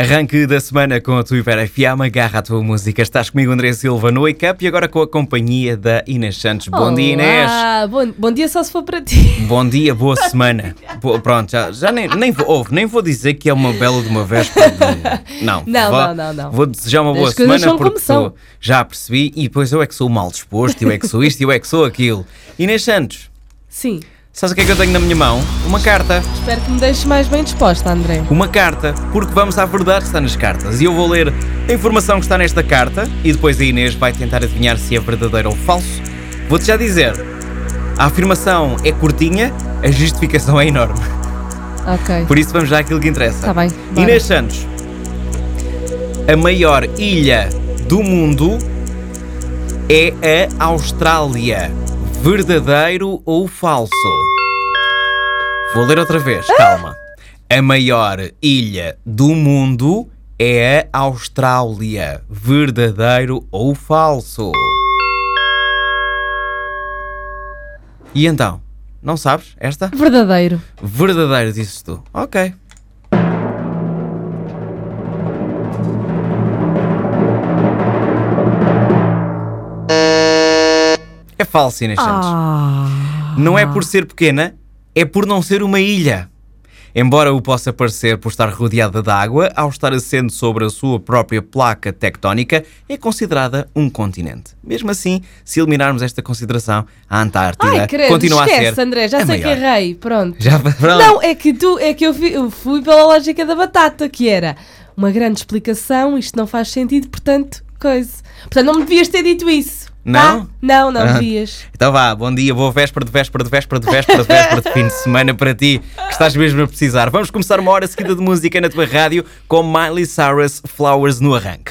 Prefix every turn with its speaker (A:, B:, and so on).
A: Arranque da semana com a Tuiver FM, agarra a tua música. Estás comigo, André Silva, no Wake Up e agora com a companhia da Inês Santos. Bom dia, Inês!
B: Olá, Bom, bom dia só se for para ti.
A: Bom dia, boa semana. Bo- pronto, já, já nem, nem, vou, ouve, nem vou dizer que é uma bela de uma véspera de... Não,
B: Não,
A: vá-
B: não, não, não.
A: Vou desejar uma boa
B: As coisas
A: semana
B: são
A: porque
B: como são.
A: tu já percebi e depois eu é que sou mal disposto, eu é que sou isto, eu é que sou aquilo. Inês Santos,
B: Sim,
A: sabes o que é que eu tenho na minha mão? Uma carta.
B: espero que me deixes mais bem disposta, André.
A: uma carta, porque vamos à verdade que está nas cartas. E eu vou ler a informação que está nesta carta e depois a Inês vai tentar adivinhar se é verdadeiro ou falso. Vou-te já dizer: a afirmação é curtinha, a justificação é enorme.
B: Ok.
A: Por isso vamos já àquilo que interessa.
B: Está bem. bora.
A: Inês Santos, a maior ilha do mundo é a Austrália. Verdadeiro ou falso? Vou ler outra vez,
B: Ah!
A: calma. A maior ilha do mundo é a Austrália. Verdadeiro ou falso? E então? Não sabes esta?
B: Verdadeiro.
A: Verdadeiro, dizes tu. Ok. É falso, Inês Santos.
B: Ah.
A: Não é por ser pequena, é por não ser uma ilha. Embora o possa parecer por estar rodeada de água, ao estar assente sobre a sua própria placa tectónica, é considerada um continente. Mesmo assim, se eliminarmos esta consideração, a Antártida
B: Ai, credo,
A: continua
B: esquece,
A: a ser.
B: André, já
A: a
B: sei que
A: maior.
B: errei. Pronto.
A: Já pronto.
B: Não, é que tu, é que eu, vi- eu fui pela lógica da batata, que era uma grande explicação, isto não faz sentido, portanto, coisa. Portanto, não me devias ter dito isso.
A: Não?
B: tá? Não, não
A: Pronto.
B: devias.
A: Então vá, bom dia, boa véspera de véspera de véspera de véspera de véspera de fim de semana para ti, que estás mesmo a precisar. Vamos começar uma hora seguida de música na tua rádio com Miley Cyrus Flowers no arranque.